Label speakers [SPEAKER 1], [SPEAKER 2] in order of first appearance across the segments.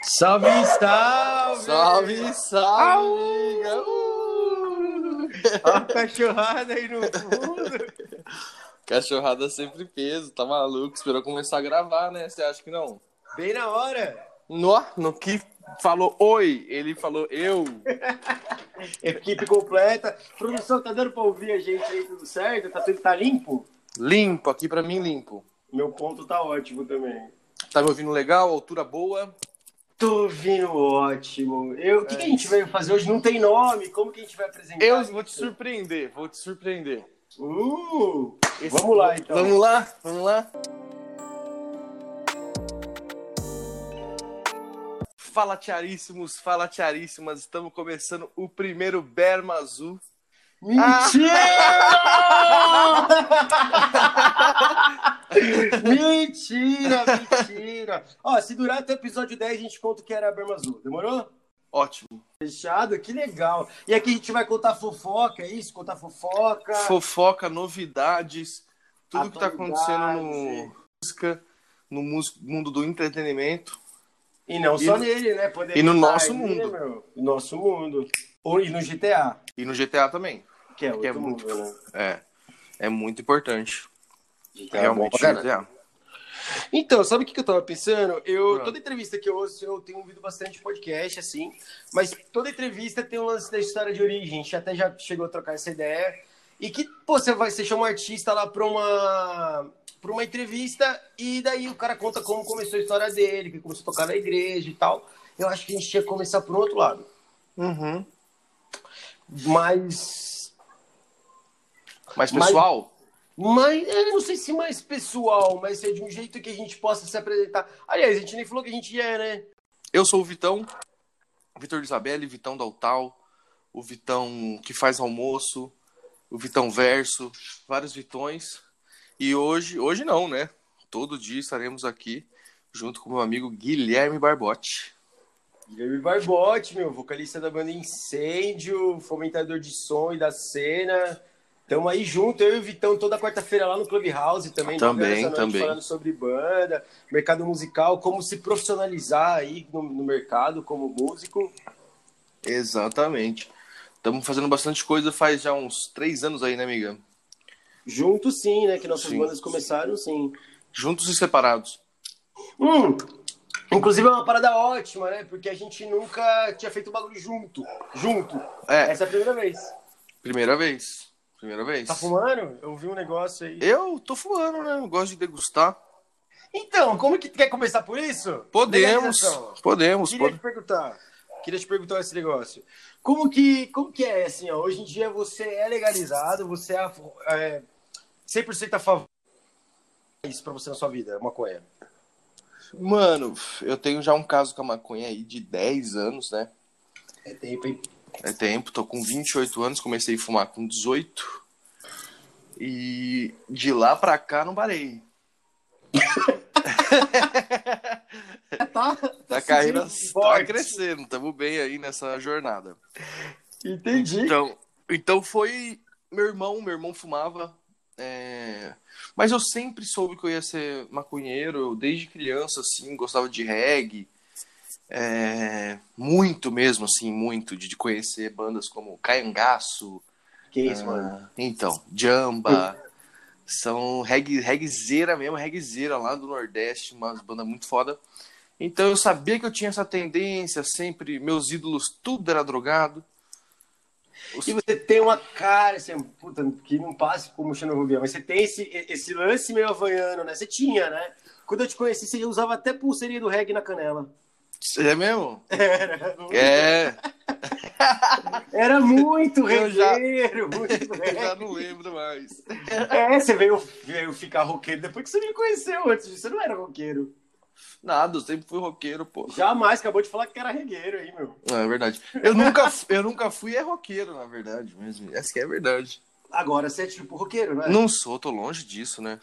[SPEAKER 1] Salve, salve!
[SPEAKER 2] Salve,
[SPEAKER 1] Au!
[SPEAKER 2] salve, amiga! Uh!
[SPEAKER 1] Ó a cachorrada aí no fundo.
[SPEAKER 2] Cachorrada sempre peso, tá maluco? Esperou começar a gravar, né? Você acha que não?
[SPEAKER 1] Bem na hora.
[SPEAKER 2] No, no que falou oi, ele falou eu.
[SPEAKER 1] Equipe completa. Produção, tá dando pra ouvir a gente aí tudo certo? Tá tudo tá limpo?
[SPEAKER 2] Limpo, aqui pra mim limpo.
[SPEAKER 1] Meu ponto tá ótimo também.
[SPEAKER 2] Tá me ouvindo legal? Altura boa?
[SPEAKER 1] Tô vindo ótimo. Eu, o que, que a gente veio fazer hoje? Não tem nome. Como que a gente vai apresentar?
[SPEAKER 2] Eu
[SPEAKER 1] isso?
[SPEAKER 2] vou te surpreender, vou te surpreender.
[SPEAKER 1] Uh, vamos lá então.
[SPEAKER 2] Vamos lá, vamos lá. Fala tiaríssimos, fala tiaríssimas, estamos começando o primeiro Berma Azul.
[SPEAKER 1] Mentira! mentira, mentira. Ó, se durar até o episódio 10, a gente conta o que era a Berma Azul. Demorou?
[SPEAKER 2] Ótimo.
[SPEAKER 1] Fechado? Que legal. E aqui a gente vai contar fofoca, é isso? Contar fofoca.
[SPEAKER 2] Fofoca, novidades, tudo que tá
[SPEAKER 1] Atualidades.
[SPEAKER 2] acontecendo no música, no mus- mundo do entretenimento.
[SPEAKER 1] E não
[SPEAKER 2] E
[SPEAKER 1] só
[SPEAKER 2] no-
[SPEAKER 1] nele, né? Poderia
[SPEAKER 2] e no
[SPEAKER 1] estar
[SPEAKER 2] nosso
[SPEAKER 1] aí,
[SPEAKER 2] mundo.
[SPEAKER 1] né, meu? No nosso mundo. Ou, e no GTA,
[SPEAKER 2] E no GTA também.
[SPEAKER 1] que é outro
[SPEAKER 2] é
[SPEAKER 1] mundo,
[SPEAKER 2] muito-
[SPEAKER 1] né?
[SPEAKER 2] É. É muito importante.
[SPEAKER 1] GTA é
[SPEAKER 2] realmente.
[SPEAKER 1] bom pra caralho.
[SPEAKER 2] GTA.
[SPEAKER 1] Então, sabe o que que eu tava pensando? Eu,
[SPEAKER 2] Ah.
[SPEAKER 1] toda entrevista que eu ouço, eu tenho ouvido bastante podcast, assim, mas toda entrevista tem um lance da história de origem, a gente até já chegou a trocar essa ideia. E que, pô, você vai, você chama um artista lá pra uma, pra uma entrevista e daí o cara conta como começou a história dele, que começou a tocar na igreja e tal. Eu acho que a gente tinha que começar por outro lado.
[SPEAKER 2] Uhum.
[SPEAKER 1] Mas,
[SPEAKER 2] Mas
[SPEAKER 1] Mas-
[SPEAKER 2] pessoal,
[SPEAKER 1] mas eu não sei se mais pessoal, mas ser de um jeito que a gente possa se apresentar. Aliás, a gente nem falou que a gente é, né?
[SPEAKER 2] Eu sou o Vitão, Vitor de Isabelle, Vitão Daltal, o Vitão que faz almoço, o Vitão Verso, vários Vitões. E hoje, hoje não, né? Todo dia estaremos aqui junto com meu amigo Guilherme Barbotti.
[SPEAKER 1] Guilherme Barbotti, meu, vocalista da banda Incêndio, fomentador de som e da cena. Tamo aí junto, eu e o Vitão, toda quarta-feira lá no Clubhouse também. nove
[SPEAKER 2] Também,
[SPEAKER 1] horas da noite,
[SPEAKER 2] também.
[SPEAKER 1] Falando sobre banda, mercado musical, como se profissionalizar aí no, no mercado como músico.
[SPEAKER 2] Exatamente. Estamos fazendo bastante coisa faz já uns três anos aí, né, amiga?
[SPEAKER 1] Junto sim, né, que nossas
[SPEAKER 2] Sim.
[SPEAKER 1] bandas começaram sim.
[SPEAKER 2] Juntos e separados.
[SPEAKER 1] Hum, inclusive é uma parada ótima, né, porque a gente nunca tinha feito o bagulho junto, junto.
[SPEAKER 2] É,
[SPEAKER 1] Essa é a primeira vez.
[SPEAKER 2] primeira vez. Primeira vez.
[SPEAKER 1] Tá fumando? Eu vi um negócio aí.
[SPEAKER 2] Eu tô fumando, né? Eu gosto de degustar.
[SPEAKER 1] Então, como que quer começar por isso?
[SPEAKER 2] Podemos,
[SPEAKER 1] Legalização.
[SPEAKER 2] podemos,
[SPEAKER 1] Queria
[SPEAKER 2] podemos.
[SPEAKER 1] te perguntar. Queria te perguntar esse negócio. Como que, como que é assim? Ó, hoje em dia você é legalizado, você é, a- é 100% a favor isso pra você na sua vida, maconha.
[SPEAKER 2] Mano, eu tenho já um caso com a maconha aí de 10 anos, né?
[SPEAKER 1] É tempo, hein?
[SPEAKER 2] É tempo, tô com 28 anos, comecei a fumar com 18. E de lá pra cá não parei.
[SPEAKER 1] Tá,
[SPEAKER 2] A carreira tá
[SPEAKER 1] forte.
[SPEAKER 2] crescendo, tamo bem aí nessa jornada.
[SPEAKER 1] Entendi.
[SPEAKER 2] Então, então foi meu irmão, meu irmão fumava. é, Mas eu sempre soube que eu ia ser maconheiro, eu desde criança, assim, gostava de reggae. é, Muito mesmo, assim, muito, de de conhecer bandas como Caiangaço,
[SPEAKER 1] Que isso, mano.
[SPEAKER 2] ah, Então, Jamba. São reggae, reggaezeira mesmo, reggaezeira lá do Nordeste, umas bandas muito foda. Então eu sabia que eu tinha essa tendência, sempre, meus ídolos, tudo era drogado. Os-
[SPEAKER 1] E você tem uma cara, assim, puta, que não passe como Xano Rubião, mas você tem esse, esse lance meio havaiano, né? Você tinha, né? Quando eu te conheci, você usava até pulseirinha do reggae na canela.
[SPEAKER 2] É mesmo?
[SPEAKER 1] Era,
[SPEAKER 2] É,
[SPEAKER 1] Era muito
[SPEAKER 2] Eu já-
[SPEAKER 1] regueiro, muito
[SPEAKER 2] eu já
[SPEAKER 1] reggae.
[SPEAKER 2] não lembro mais.
[SPEAKER 1] É, você veio, veio ficar roqueiro depois que você me conheceu antes disso. Você não era roqueiro.
[SPEAKER 2] Nada, eu sempre fui roqueiro, pô.
[SPEAKER 1] Jamais, acabou de falar que era regueiro aí, meu.
[SPEAKER 2] Não, é verdade. Eu nunca, eu nunca fui é roqueiro, na verdade, mesmo. Essa que é a verdade.
[SPEAKER 1] Agora você é tipo roqueiro, né?
[SPEAKER 2] Não sou, tô longe disso, né?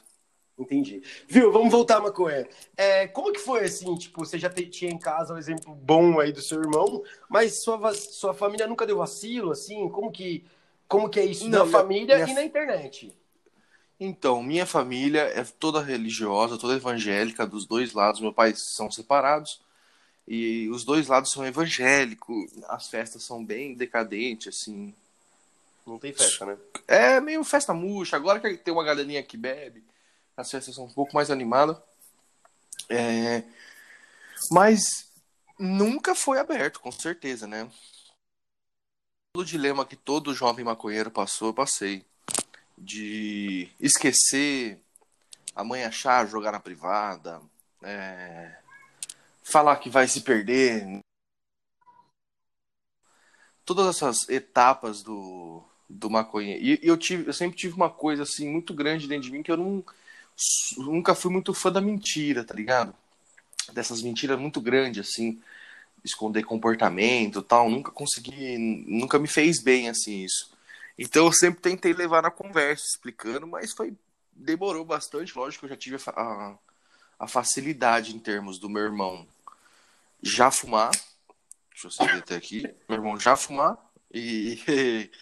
[SPEAKER 1] Entendi. Viu, vamos voltar a maconha. É, como que foi assim? Tipo, você já te- tinha em casa um exemplo bom aí do seu irmão, mas sua, va- sua família nunca deu vacilo, assim? Como que, como que é isso
[SPEAKER 2] Não,
[SPEAKER 1] na
[SPEAKER 2] minha-
[SPEAKER 1] família
[SPEAKER 2] minha-
[SPEAKER 1] e na internet?
[SPEAKER 2] Então, minha família é toda religiosa, toda evangélica, dos dois lados. Meus pais são separados. E os dois lados são evangélicos, as festas são bem decadentes, assim.
[SPEAKER 1] Não tem festa, né?
[SPEAKER 2] É meio festa murcha, agora que tem uma galerinha que bebe, as festas são um pouco mais animadas. É, Mas nunca foi aberto, com certeza, né? O dilema que todo jovem maconheiro passou, eu passei. De esquecer, a mãe achar, jogar na privada, é, falar que vai se perder. Todas essas etapas do, do maconheiro. E eu, tive, eu sempre tive uma coisa assim muito grande dentro de mim que eu não, nunca fui muito fã da mentira, tá ligado? Dessas mentiras muito grandes, assim, esconder comportamento tal. Nunca consegui, nunca me fez bem, assim, isso. Então eu sempre tentei levar na conversa, explicando, mas foi. Demorou bastante, lógico, eu já tive a, a, a facilidade em termos do meu irmão já fumar. Deixa eu saber até aqui. Meu irmão já fumar. E.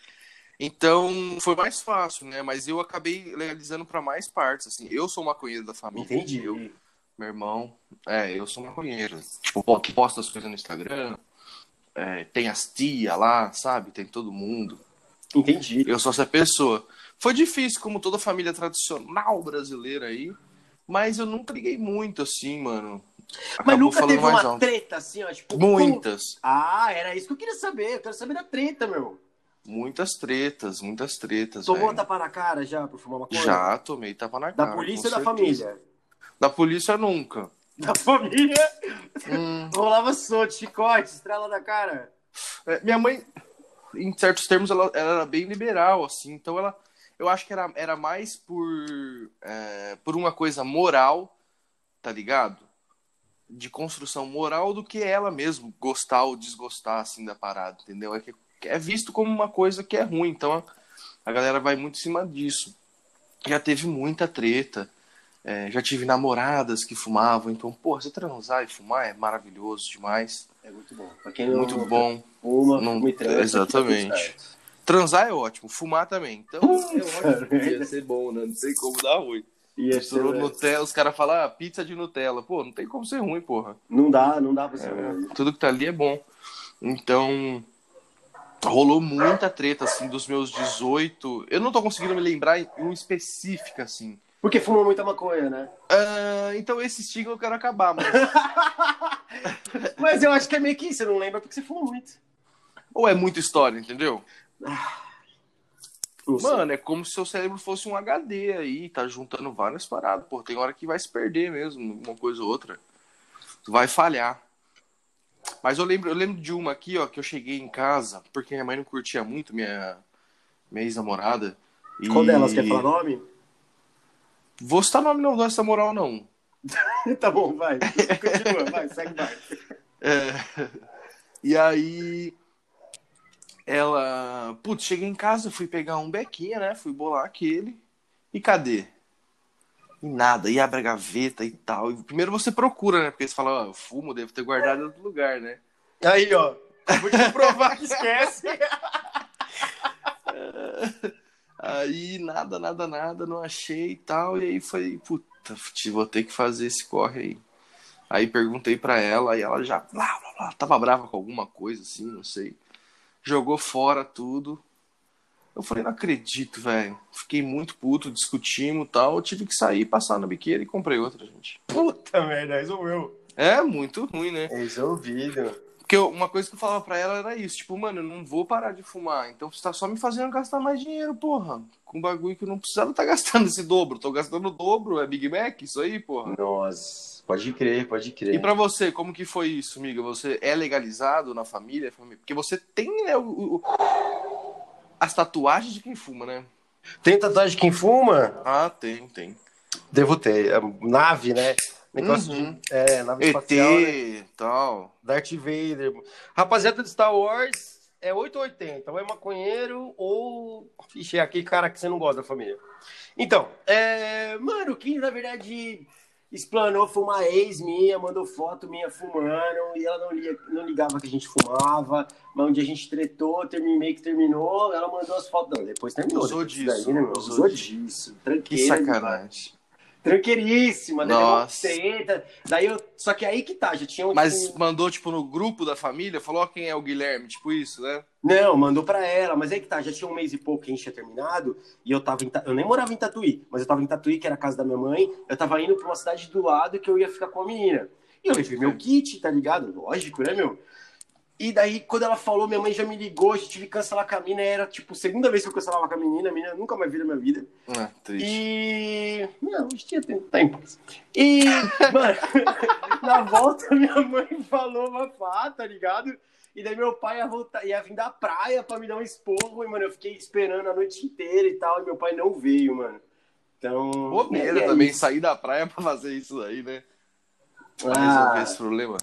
[SPEAKER 2] Então, foi mais fácil, né? Mas eu acabei legalizando para mais partes, assim. Eu sou maconheiro da família.
[SPEAKER 1] Entendi.
[SPEAKER 2] Eu, meu irmão. É, eu sou maconheiro. Tipo, pô, que posta as coisas no Instagram. é, tem as tia lá, sabe? Tem todo mundo.
[SPEAKER 1] Entendi.
[SPEAKER 2] Eu sou essa pessoa. Foi difícil, como toda família tradicional brasileira aí. Mas eu nunca liguei muito, assim, mano.
[SPEAKER 1] Mas
[SPEAKER 2] Acabou
[SPEAKER 1] nunca
[SPEAKER 2] falando
[SPEAKER 1] teve
[SPEAKER 2] mais
[SPEAKER 1] uma
[SPEAKER 2] alto.
[SPEAKER 1] treta assim, ó. Tipo,
[SPEAKER 2] Muitas.
[SPEAKER 1] Ah, era isso que eu queria saber. Eu quero saber da treta, meu.
[SPEAKER 2] Muitas tretas, muitas tretas,
[SPEAKER 1] Tomou
[SPEAKER 2] velho.
[SPEAKER 1] tapa na cara já pra fumar maconha?
[SPEAKER 2] Já tomei tapa na
[SPEAKER 1] Da
[SPEAKER 2] cara.
[SPEAKER 1] polícia ou
[SPEAKER 2] com
[SPEAKER 1] da
[SPEAKER 2] certeza.
[SPEAKER 1] família?
[SPEAKER 2] Da polícia nunca.
[SPEAKER 1] Da família. Rolava soco, chicote, estrela na cara.
[SPEAKER 2] É, minha mãe, em certos termos, ela, ela era bem liberal, assim, então ela. Eu acho que era, era mais por, é, por uma coisa moral, tá ligado? De construção moral do que ela mesmo gostar ou desgostar, assim, da parada, entendeu? É, que, é visto como uma coisa que é ruim, então a, a galera vai muito em cima disso. Já teve muita treta, é, já tive namoradas que fumavam, então, porra, você transar e fumar é maravilhoso demais,
[SPEAKER 1] É muito bom. Pra quem não
[SPEAKER 2] muito bom.
[SPEAKER 1] fuma,
[SPEAKER 2] Não-
[SPEAKER 1] fuma e transa,
[SPEAKER 2] exatamente.
[SPEAKER 1] tá tudo certo.
[SPEAKER 2] Transar é ótimo, fumar também. Então, é ótimo.
[SPEAKER 1] merda.
[SPEAKER 2] Ia ser bom, né? Não sei como dar ruim.
[SPEAKER 1] E é
[SPEAKER 2] Misturou
[SPEAKER 1] isso, né?
[SPEAKER 2] Nutella, os caras falam, ah, pizza de Nutella. Pô, não tem como ser ruim, porra.
[SPEAKER 1] Não dá, não dá pra ser.
[SPEAKER 2] Tudo que tá ali é bom. Então, rolou muita treta, assim, dos meus 18. Eu não tô conseguindo me lembrar em um específico, assim.
[SPEAKER 1] Porque fuma muita maconha, né?
[SPEAKER 2] Ah, então, esse estigma eu quero acabar, mas.
[SPEAKER 1] Mas eu acho que é meio que isso, você não lembra porque você fuma muito.
[SPEAKER 2] Ou é muita história, entendeu?
[SPEAKER 1] Mano,
[SPEAKER 2] Mano, é como se seu cérebro fosse um HD aí, tá juntando várias paradas. Pô, tem hora que vai se perder mesmo, uma coisa ou outra. Tu vai falhar. Mas eu lembro, eu lembro de uma aqui, ó, que eu cheguei em casa, porque minha mãe não curtia muito, minha, minha ex-namorada. E...
[SPEAKER 1] qual delas quer falar nome?
[SPEAKER 2] Vou citar nome não, não essa moral não.
[SPEAKER 1] tá bom, vai. Continua, vai, segue, vai.
[SPEAKER 2] E aí, ela... Putz, cheguei em casa, fui pegar um bequinha, né? Fui bolar aquele. E cadê? E nada. E abre a gaveta e tal. E primeiro você procura, né? Porque você fala, ó, eu fumo, devo ter guardado em outro lugar, né?
[SPEAKER 1] Aí, ó. Vou te provar que esquece.
[SPEAKER 2] Aí, nada, nada, nada, não achei e tal. E aí falei, puta, te- vou ter que fazer esse corre aí. Aí perguntei pra ela, e ela já, blá, blá, blá, tava brava com alguma coisa, assim, não sei. Jogou fora tudo. Eu falei, não acredito, velho. Fiquei muito puto, discutimos e tal. Eu tive que sair, passar na biqueira e comprei outra, gente.
[SPEAKER 1] Puta merda, resolveu.
[SPEAKER 2] É muito ruim, né?
[SPEAKER 1] Resolvido.
[SPEAKER 2] Porque eu- uma coisa que eu falava pra ela era isso, tipo, mano, eu não vou parar de fumar, então você tá só me fazendo gastar mais dinheiro, porra. Com um bagulho que eu não precisava tá gastando esse dobro, tô gastando o dobro, é Big Mac, isso aí, porra.
[SPEAKER 1] Nossa, pode crer, pode crer.
[SPEAKER 2] E pra você, como que foi isso, amiga? Você é legalizado na família? Família? Porque você tem, né, o- o- as tatuagens de quem fuma, né?
[SPEAKER 1] Tem tatuagem de quem fuma?
[SPEAKER 2] Ah, tem, tem.
[SPEAKER 1] Devo ter. É nave, né? Negócio
[SPEAKER 2] Uhum.
[SPEAKER 1] de. É, nave
[SPEAKER 2] ET
[SPEAKER 1] espacial. né?
[SPEAKER 2] tal.
[SPEAKER 1] Darth Vader. Rapaziada do Star Wars é 880. Ou é maconheiro ou. Ixi, é aquele cara que você não gosta da família. Então, é... mano, quem na verdade explanou foi uma ex minha, mandou foto minha fumando e ela não, lia- não ligava que a gente fumava. Mas um dia a gente tretou, terminou, meio que terminou. Ela mandou as fotos. Não, depois terminou.
[SPEAKER 2] Usou
[SPEAKER 1] depois daí,
[SPEAKER 2] disso,
[SPEAKER 1] né, meu?
[SPEAKER 2] usou
[SPEAKER 1] Usou
[SPEAKER 2] disso.
[SPEAKER 1] disso.
[SPEAKER 2] Que
[SPEAKER 1] Tranqueira.
[SPEAKER 2] sacanagem.
[SPEAKER 1] Tranqueiríssima, né?
[SPEAKER 2] Nossa.
[SPEAKER 1] Deu uma treta. Daí eu. Só que aí que tá, já tinha um.
[SPEAKER 2] Mas mandou, tipo, no grupo da família, falou ó, quem é o Guilherme, tipo isso, né?
[SPEAKER 1] Não, mandou pra ela, mas aí que tá, já tinha um mês e pouco que a gente tinha terminado, e eu tava em, Ta- eu nem morava em Tatuí, mas eu tava em Tatuí, que era a casa da minha mãe, eu tava indo pra uma cidade do lado que eu ia ficar com a menina. E eu levei meu kit, tá ligado? Lógico, né, meu? E daí, quando ela falou, minha mãe já me ligou, eu tive que cancelar com a mina, era tipo, segunda vez que eu cancelava com a menina, a menina nunca mais viu na minha vida.
[SPEAKER 2] Ah, triste.
[SPEAKER 1] E. Não, hoje tinha tempo, tá em paz. E, mano, na volta minha mãe falou uma pá, tá ligado? E daí meu pai ia, voltar, ia vir da praia pra me dar um esporro, e, mano, eu fiquei esperando a noite inteira e tal, e meu pai não veio, mano. Então.
[SPEAKER 2] Bobeira
[SPEAKER 1] é
[SPEAKER 2] também
[SPEAKER 1] isso.
[SPEAKER 2] sair da praia pra fazer isso aí, né? Pra resolver
[SPEAKER 1] Ah,
[SPEAKER 2] esse problema.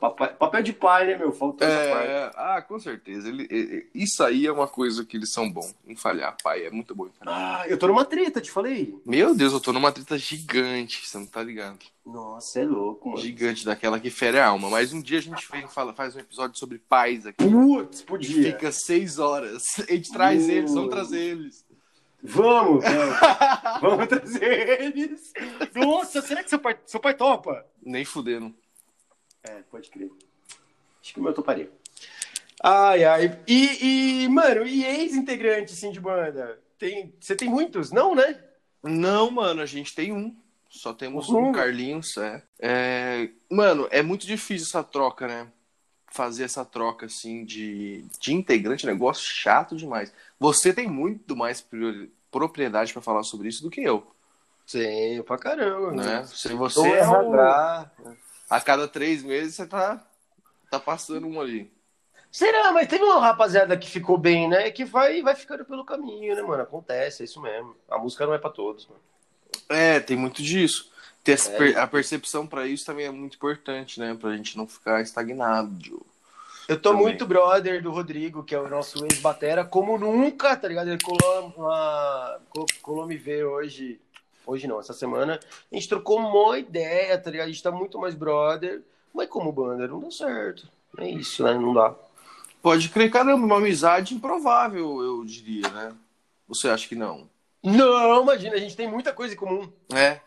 [SPEAKER 1] papai- papel de pai, né, meu? Faltou essa parte.
[SPEAKER 2] É, ah, com certeza. Ele, e- e- isso aí é uma coisa que eles são bons em falhar, pai. É muito bom em falhar.
[SPEAKER 1] Ah, eu tô numa treta, te falei.
[SPEAKER 2] Meu Deus, eu tô numa treta gigante, você não tá ligado?
[SPEAKER 1] Nossa, é louco, mano.
[SPEAKER 2] Gigante daquela que fere a alma. Mas um dia a gente vem, e fala, faz um episódio sobre pais aqui.
[SPEAKER 1] Putz,
[SPEAKER 2] E
[SPEAKER 1] podia.
[SPEAKER 2] fica seis horas. A gente traz
[SPEAKER 1] Meu.
[SPEAKER 2] eles, vamos trazer eles.
[SPEAKER 1] Vamos, vamos. Vamos trazer eles. Nossa, será que seu pai, seu pai topa?
[SPEAKER 2] Nem fudendo.
[SPEAKER 1] É, pode crer. Acho que o meu toparia. Ai, ai. E, e, mano, e ex-integrante, assim, de banda? Tem, você tem muitos? Não, né?
[SPEAKER 2] Não, mano, a gente tem um. Só temos
[SPEAKER 1] Uhum.
[SPEAKER 2] um, Carlinhos, é. É, Mano, é muito difícil essa troca, né? Fazer essa troca, assim, de, de integrante, negócio chato demais. Você tem muito mais priori- propriedade pra falar sobre isso do que eu,
[SPEAKER 1] Tenho, pra caramba.
[SPEAKER 2] né? Se você
[SPEAKER 1] Você
[SPEAKER 2] é um-
[SPEAKER 1] errar.
[SPEAKER 2] a cada três meses você tá, tá passando um ali.
[SPEAKER 1] Será, mas teve uma rapaziada que ficou bem, né? Que vai, vai ficando pelo caminho, né, mano? Acontece, é isso mesmo. A música não é pra todos, mano.
[SPEAKER 2] É, tem muito disso. Ter essa
[SPEAKER 1] É.
[SPEAKER 2] per- a percepção pra isso também é muito importante, né? Pra gente não ficar estagnado.
[SPEAKER 1] Eu tô
[SPEAKER 2] Também.
[SPEAKER 1] muito brother do Rodrigo, que é o nosso ex-batera, como nunca, tá ligado? Ele colou, uma, co- colou me ver hoje, hoje não, essa semana. A gente trocou uma ideia, tá ligado? A gente tá muito mais brother, mas como banda, não deu certo. É isso, né? Não dá.
[SPEAKER 2] Pode crer, caramba, uma amizade improvável, eu diria, né? Você acha que não?
[SPEAKER 1] Não, imagina, a gente tem muita coisa em comum.
[SPEAKER 2] É.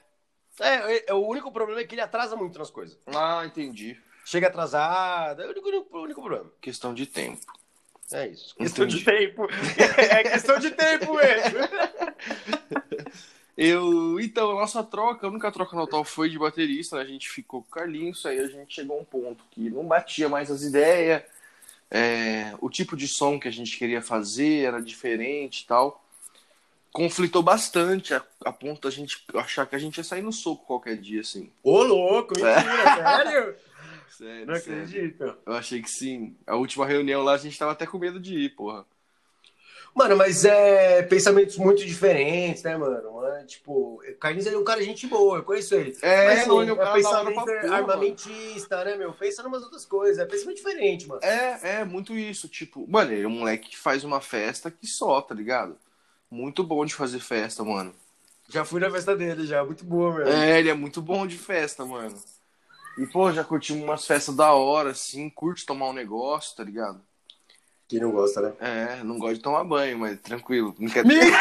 [SPEAKER 1] É, é, o único problema é que ele atrasa muito nas coisas.
[SPEAKER 2] Ah, entendi.
[SPEAKER 1] Chega atrasado, é o único, único- único problema.
[SPEAKER 2] Questão de tempo.
[SPEAKER 1] É isso.
[SPEAKER 2] Entendi.
[SPEAKER 1] Questão de tempo. É questão de tempo mesmo.
[SPEAKER 2] Eu, então, a nossa troca, a única troca notal foi de baterista, né? A gente ficou com o Carlinhos, aí a gente chegou a um ponto que não batia mais as ideias, é, o tipo de som que a gente queria fazer era diferente e tal. Conflitou bastante, a, a ponto da gente achar que a gente ia sair no soco qualquer dia, assim.
[SPEAKER 1] Ô, louco, mentira, sério?
[SPEAKER 2] Sério,
[SPEAKER 1] Não
[SPEAKER 2] sério.
[SPEAKER 1] acredito.
[SPEAKER 2] Eu achei que sim. A última reunião lá a gente tava até com medo de ir, porra.
[SPEAKER 1] Mano, mas é pensamentos muito diferentes, né, mano? É, tipo, o Carlinhos ele é um cara gente boa, eu conheço ele.
[SPEAKER 2] É,
[SPEAKER 1] mas,
[SPEAKER 2] olha, o
[SPEAKER 1] é
[SPEAKER 2] cara da
[SPEAKER 1] pensamento
[SPEAKER 2] hora pra porra,
[SPEAKER 1] armamentista, né, meu? Pensa em umas outras coisas, é pensamento diferente, mano.
[SPEAKER 2] É, é muito isso. Tipo, mano, ele é um moleque que faz uma festa que só, tá ligado? Muito bom de fazer festa, mano.
[SPEAKER 1] É, Já fui na festa dele, já, muito boa, meu.
[SPEAKER 2] É, ele é muito bom de festa, mano. E, pô, já curtimos umas festas da hora, assim, curte tomar um negócio, tá ligado?
[SPEAKER 1] Quem não gosta, né?
[SPEAKER 2] É, não gosto de tomar banho, mas tranquilo. Não quer...
[SPEAKER 1] Mentira!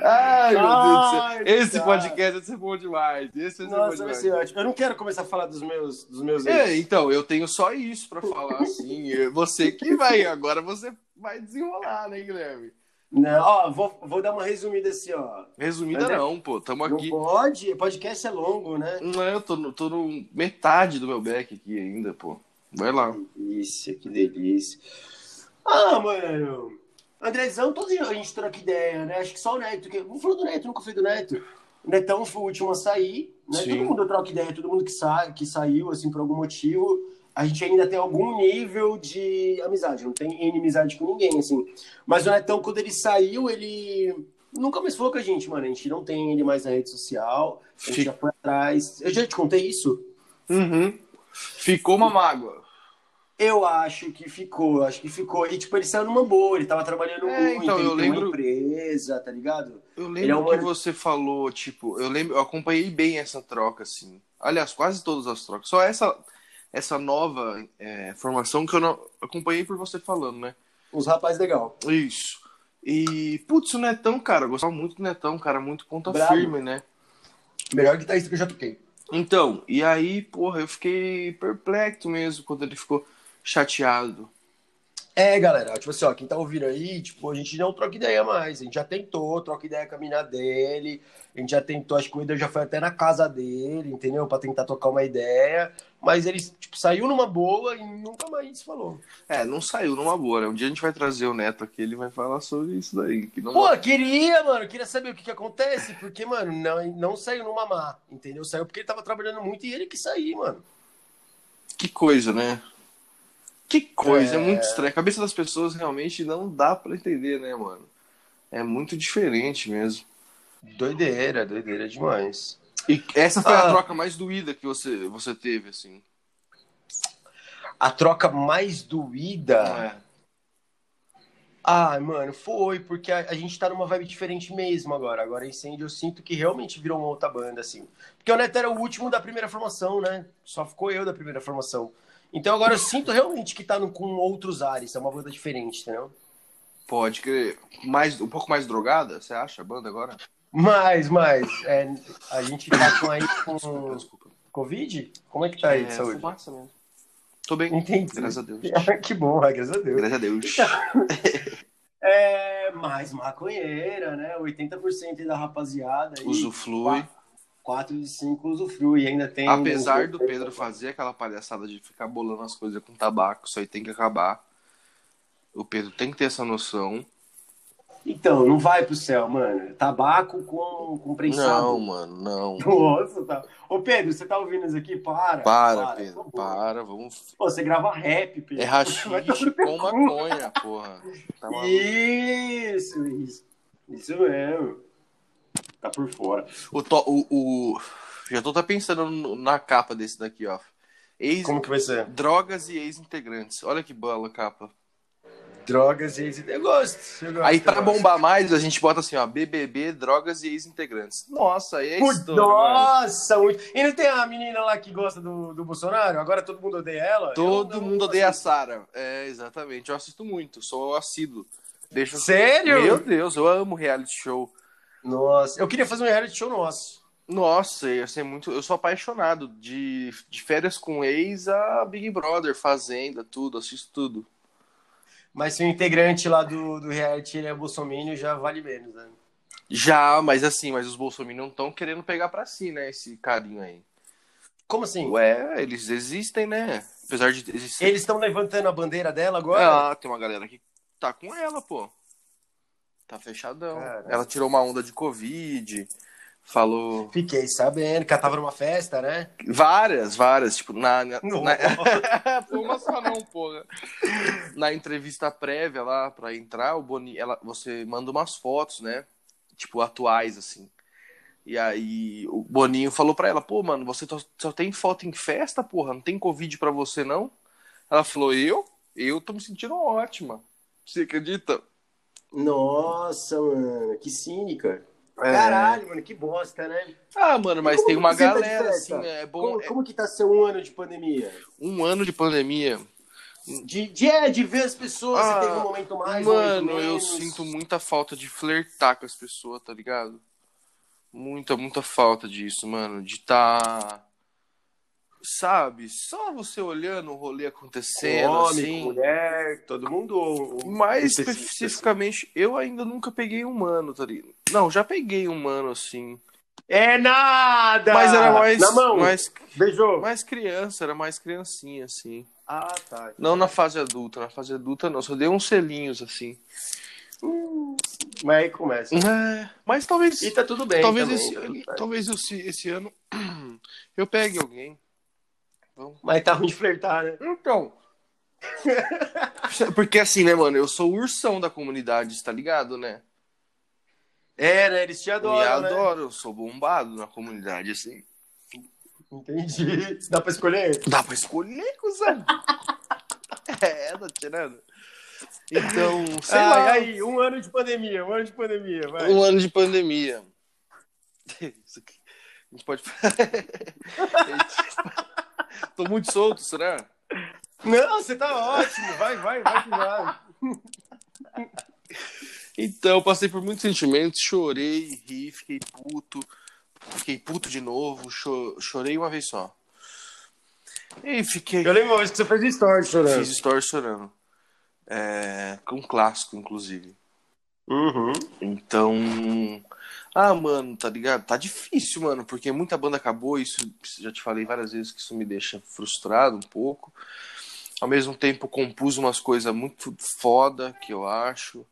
[SPEAKER 2] Ai, meu
[SPEAKER 1] Ai,
[SPEAKER 2] Deus do céu. Esse
[SPEAKER 1] cara.
[SPEAKER 2] podcast vai ser bom demais. Esse vai ser bom
[SPEAKER 1] Nossa, vai
[SPEAKER 2] demais.
[SPEAKER 1] ser ótimo. Eu não quero começar a falar dos meus, dos meus
[SPEAKER 2] É,
[SPEAKER 1] ex.
[SPEAKER 2] então, eu tenho só isso pra falar, assim. Eu- Você que vai, agora você vai desenrolar, né, Guilherme?
[SPEAKER 1] Não, ó, vou, vou dar uma resumida assim, ó.
[SPEAKER 2] Resumida
[SPEAKER 1] Mas é-
[SPEAKER 2] não, pô, tamo
[SPEAKER 1] Não
[SPEAKER 2] aqui.
[SPEAKER 1] pode, podcast é longo, né?
[SPEAKER 2] Não, eu tô no, tô no metade do meu back aqui ainda, pô. Vai lá.
[SPEAKER 1] delícia, que delícia. Ah, mano. Andrezão, todos a gente troca ideia, né? Acho que só o Neto. Que... Não falou do Neto, nunca falei do Neto. O Netão foi o último a sair, né?
[SPEAKER 2] Sim.
[SPEAKER 1] Todo mundo troca ideia, todo mundo que, sa... que saiu, assim, por algum motivo. A gente ainda tem algum nível de amizade, não tem inimizade com ninguém, assim. Mas o Netão, quando ele saiu, ele nunca mais falou com a gente, mano. A gente não tem ele mais na rede social, a gente
[SPEAKER 2] Fica-
[SPEAKER 1] já foi atrás. Eu já te contei isso?
[SPEAKER 2] Uhum. Ficou uma mágoa.
[SPEAKER 1] Eu acho que ficou, acho que ficou. E, tipo, ele saiu numa boa, ele tava trabalhando
[SPEAKER 2] É,
[SPEAKER 1] muito,
[SPEAKER 2] então,
[SPEAKER 1] ele
[SPEAKER 2] eu
[SPEAKER 1] tem
[SPEAKER 2] lembro-
[SPEAKER 1] uma empresa, tá ligado?
[SPEAKER 2] Eu
[SPEAKER 1] Ele é
[SPEAKER 2] lembro
[SPEAKER 1] um
[SPEAKER 2] que
[SPEAKER 1] ano-
[SPEAKER 2] você falou, tipo, eu lembro, eu acompanhei bem essa troca, assim. Aliás, quase todas as trocas. Só essa, essa nova é, formação que eu não acompanhei por você falando, né?
[SPEAKER 1] Uns rapazes legal.
[SPEAKER 2] Isso. E, putz, o Netão, cara, eu gostava muito do Netão, cara, muito ponta
[SPEAKER 1] Bravo.
[SPEAKER 2] firme, né?
[SPEAKER 1] Melhor guitarrista que eu já toquei.
[SPEAKER 2] Então, e aí, porra, eu fiquei perplexo mesmo quando ele ficou chateado.
[SPEAKER 1] É, galera, ó, tipo assim, ó, quem tá ouvindo aí, tipo, a gente não troca ideia mais. A gente já tentou, troca ideia com a mina dele, a gente já tentou, acho que o Eder já foi até na casa dele, entendeu? Pra tentar tocar uma ideia, mas ele, tipo, saiu numa boa e nunca mais falou.
[SPEAKER 2] É, não saiu numa boa, né? Um dia a gente vai trazer o Neto aqui, ele vai falar sobre isso daí. Que não...
[SPEAKER 1] Pô, queria, mano, queria saber o que que acontece, porque, mano, não, não saiu numa má, entendeu? Saiu porque ele tava trabalhando muito e ele que saiu, mano.
[SPEAKER 2] Que coisa, né? Que coisa, é...
[SPEAKER 1] É.
[SPEAKER 2] muito estranho. A cabeça das pessoas realmente não dá pra entender, né, mano? É muito diferente mesmo.
[SPEAKER 1] Doideira, doideira demais.
[SPEAKER 2] E essa foi a
[SPEAKER 1] Ah.
[SPEAKER 2] troca mais doída que você, você teve, assim.
[SPEAKER 1] A troca mais doída.
[SPEAKER 2] É.
[SPEAKER 1] Ah, mano, foi, porque a, a gente tá numa vibe diferente mesmo agora. Agora, Incêndio, eu sinto que realmente virou uma outra banda, assim. Porque o Neto era o último da primeira formação, né? Só ficou eu da primeira formação. Então agora eu sinto realmente que tá no- com outros ares, é uma banda diferente, entendeu?
[SPEAKER 2] Pode crer. Mais, um pouco mais drogada, você acha, a banda agora?
[SPEAKER 1] Mas, mas, é, a gente tá com aí
[SPEAKER 2] Desculpa,
[SPEAKER 1] com
[SPEAKER 2] desculpa.
[SPEAKER 1] Covid? Como é que tá aí de
[SPEAKER 2] É,
[SPEAKER 1] saúde? Então,
[SPEAKER 2] fumaça mesmo. Tô bem,
[SPEAKER 1] Entendi.
[SPEAKER 2] graças a Deus.
[SPEAKER 1] que bom, graças a Deus.
[SPEAKER 2] Graças a Deus.
[SPEAKER 1] É, mais maconheira, né? 80% da rapaziada aí.
[SPEAKER 2] Usuflui.
[SPEAKER 1] 4 de 5 usufrui, e ainda tem.
[SPEAKER 2] Apesar do Pedro fazer aquela palhaçada de ficar bolando as coisas com tabaco, isso aí tem que acabar. O Pedro tem que ter essa noção.
[SPEAKER 1] Então, não vai pro céu, mano. Tabaco com, com
[SPEAKER 2] Não,
[SPEAKER 1] prensado.
[SPEAKER 2] mano, não.
[SPEAKER 1] Nossa, tá. Ô, Pedro, você tá ouvindo isso aqui? Para.
[SPEAKER 2] Para, Pedro,
[SPEAKER 1] por favor.
[SPEAKER 2] para. Vamos.
[SPEAKER 1] Pô, você grava rap, Pedro.
[SPEAKER 2] É rachixe com maconha, porra. Tá maluco.
[SPEAKER 1] Isso, isso. Isso mesmo. Tá por fora.
[SPEAKER 2] o, to- o, o- Já tô tá pensando no- na capa desse daqui, ó. Ex...
[SPEAKER 1] que vai ser?
[SPEAKER 2] Drogas e ex-integrantes. Olha que bela capa.
[SPEAKER 1] Drogas e esse negócio. né?
[SPEAKER 2] Aí, tá pra bombar mais, a gente bota assim, ó, BBB, drogas e ex-integrantes. Nossa, aí é
[SPEAKER 1] Por...
[SPEAKER 2] estouro, mano.
[SPEAKER 1] Nossa, muito. E não tem a menina lá que gosta do, do Bolsonaro? Agora todo mundo odeia ela?
[SPEAKER 2] Todo
[SPEAKER 1] Eu não-
[SPEAKER 2] mundo odeia a Sarah. É, exatamente. Eu assisto muito, sou assíduo. Deixa eu...
[SPEAKER 1] Sério?
[SPEAKER 2] Meu Deus, eu amo reality show.
[SPEAKER 1] Nossa, eu queria fazer um reality show nosso.
[SPEAKER 2] Nossa, eu sei muito. Eu sou apaixonado de, de férias com ex a Big Brother, Fazenda, tudo, assisto tudo.
[SPEAKER 1] Mas se o integrante lá do, do reality ele é bolsominion, já vale menos, né?
[SPEAKER 2] Já, mas assim, mas os bolsominions não estão querendo pegar pra si, né, esse carinho aí.
[SPEAKER 1] Como assim?
[SPEAKER 2] Ué, eles existem, né? Apesar de existir.
[SPEAKER 1] Eles estão levantando a bandeira dela agora?
[SPEAKER 2] Ah, tem uma galera que tá com ela, pô. Tá fechadão.
[SPEAKER 1] Cara.
[SPEAKER 2] Ela tirou uma onda de Covid, falou.
[SPEAKER 1] Fiquei sabendo que ela tava numa festa, né?
[SPEAKER 2] Várias, várias, tipo, na. na,
[SPEAKER 1] Não.
[SPEAKER 2] na- Pô, uma só não, porra. Na entrevista prévia lá pra entrar, o Boni, ela, você manda umas fotos, né? Tipo, atuais, assim. E aí o Boninho falou pra ela, pô, mano, você tó- só tem foto em festa, porra? Não tem Covid pra você, não? Ela falou, eu? Eu tô me sentindo ótima. Você acredita?
[SPEAKER 1] Nossa, mano, que cínica.
[SPEAKER 2] É.
[SPEAKER 1] Caralho, mano, que bosta, né?
[SPEAKER 2] Ah, mano, mas
[SPEAKER 1] Como
[SPEAKER 2] tem uma
[SPEAKER 1] que você tá de
[SPEAKER 2] galera,
[SPEAKER 1] festa?
[SPEAKER 2] assim, né? É bom.
[SPEAKER 1] Como, como que tá seu ano de pandemia?
[SPEAKER 2] Um ano de pandemia.
[SPEAKER 1] De, de, é, de ver as pessoas,
[SPEAKER 2] Ah,
[SPEAKER 1] se teve um momento mais, um
[SPEAKER 2] Mano,
[SPEAKER 1] momento
[SPEAKER 2] eu
[SPEAKER 1] menos.
[SPEAKER 2] sinto muita falta de flertar com as pessoas, tá ligado? Muita, muita falta disso, mano. De tá. Sabe? Só você olhando o rolê acontecendo,
[SPEAKER 1] Homem, com
[SPEAKER 2] assim.
[SPEAKER 1] mulher, todo mundo...
[SPEAKER 2] Mais
[SPEAKER 1] específico.
[SPEAKER 2] especificamente, eu ainda nunca peguei um mano, tá ligado? Não, já peguei um mano, assim.
[SPEAKER 1] É nada!
[SPEAKER 2] Mas era mais.
[SPEAKER 1] Na mão,
[SPEAKER 2] Mais,
[SPEAKER 1] beijou.
[SPEAKER 2] mais criança, era mais criancinha, assim.
[SPEAKER 1] Ah, tá.
[SPEAKER 2] Não na fase adulta. Na fase adulta, não. Só dei uns selinhos, assim.
[SPEAKER 1] Mas aí começa.
[SPEAKER 2] É, mas talvez.
[SPEAKER 1] E tá tudo bem.
[SPEAKER 2] Talvez,
[SPEAKER 1] também,
[SPEAKER 2] esse,
[SPEAKER 1] tá tudo
[SPEAKER 2] ano,
[SPEAKER 1] certo.
[SPEAKER 2] talvez eu se- esse ano eu pegue alguém. Vamos.
[SPEAKER 1] Mas tá ruim de flertar, né?
[SPEAKER 2] Então. Porque assim, né, mano? Eu sou o ursão da comunidade, tá ligado, né?
[SPEAKER 1] É, né? Eles te
[SPEAKER 2] Eu
[SPEAKER 1] adoram.
[SPEAKER 2] me
[SPEAKER 1] né?
[SPEAKER 2] adoro, eu sou bombado na comunidade, assim.
[SPEAKER 1] Entendi. Dá pra escolher?
[SPEAKER 2] Dá pra escolher, cuzão. é, tá tirando. Então, sei
[SPEAKER 1] Ai,
[SPEAKER 2] lá.
[SPEAKER 1] aí, um ano de pandemia, um ano de pandemia, vai.
[SPEAKER 2] Um ano de pandemia. Isso aqui. A gente pode. Tô muito solto, será?
[SPEAKER 1] Não, você tá ótimo. Vai, vai, vai que vai.
[SPEAKER 2] Então, eu passei por muitos sentimentos, chorei, ri, fiquei puto, fiquei puto de novo, cho- chorei uma vez só. E fiquei.
[SPEAKER 1] Eu lembro uma vez que você fez story chorando.
[SPEAKER 2] Fiz story chorando. É, com um clássico, inclusive.
[SPEAKER 1] Uhum.
[SPEAKER 2] Então. Ah, mano, tá ligado? Tá difícil, mano, porque muita banda acabou, isso já te falei várias vezes que isso me deixa frustrado um pouco. Ao mesmo tempo, compus umas coisas muito foda que eu acho.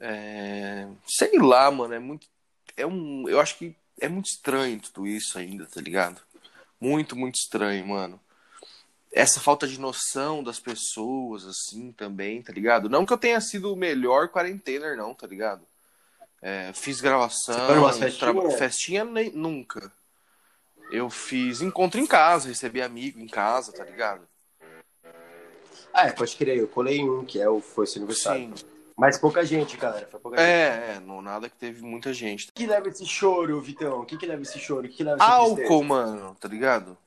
[SPEAKER 2] É, Sei lá, mano, é muito. É um... Eu acho que é muito estranho tudo isso ainda, tá ligado? Muito, muito estranho, mano. Essa falta de noção das pessoas, assim, também, tá ligado? Não que eu tenha sido o melhor quarentena, não, tá ligado? É, fiz gravação.
[SPEAKER 1] Você foi numas festinhas?
[SPEAKER 2] traba- Festinha nem... nunca. Eu fiz encontro em casa, recebi amigo em casa, tá ligado?
[SPEAKER 1] Ah, é, pode crer, eu colei em um que é o foi seu aniversário.
[SPEAKER 2] Sim.
[SPEAKER 1] Mas pouca gente, galera. Foi pouca gente.
[SPEAKER 2] É, é, não nada que teve muita gente.
[SPEAKER 1] O que leva esse choro, Vitão? O que, que leva esse choro? O que, que leva essa tristeza?
[SPEAKER 2] Álcool, mano, tá ligado?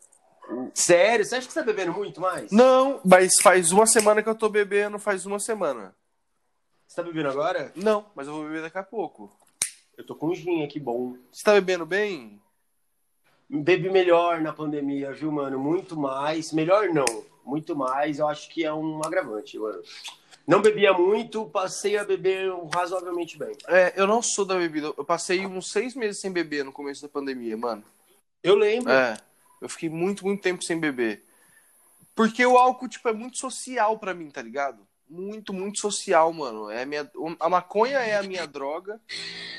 [SPEAKER 1] Sério? Você acha que você tá bebendo muito mais?
[SPEAKER 2] Não, mas faz uma semana que eu tô bebendo, faz uma semana.
[SPEAKER 1] Você tá bebendo agora?
[SPEAKER 2] Não, mas eu vou beber daqui a pouco.
[SPEAKER 1] Eu tô com um gin aqui bom.
[SPEAKER 2] Você tá bebendo bem?
[SPEAKER 1] Bebi melhor na pandemia, viu, mano? Muito mais. Melhor não. Muito mais. Eu acho que é um agravante, mano. Não bebia muito, passei a beber razoavelmente bem.
[SPEAKER 2] É, eu não sou da bebida. Eu passei uns seis meses sem beber no começo da pandemia, mano.
[SPEAKER 1] Eu lembro.
[SPEAKER 2] É, eu fiquei muito, muito tempo sem beber. Porque o álcool, tipo, é muito social pra mim, tá ligado? Muito, muito social, mano. É a, minha, a maconha é a minha droga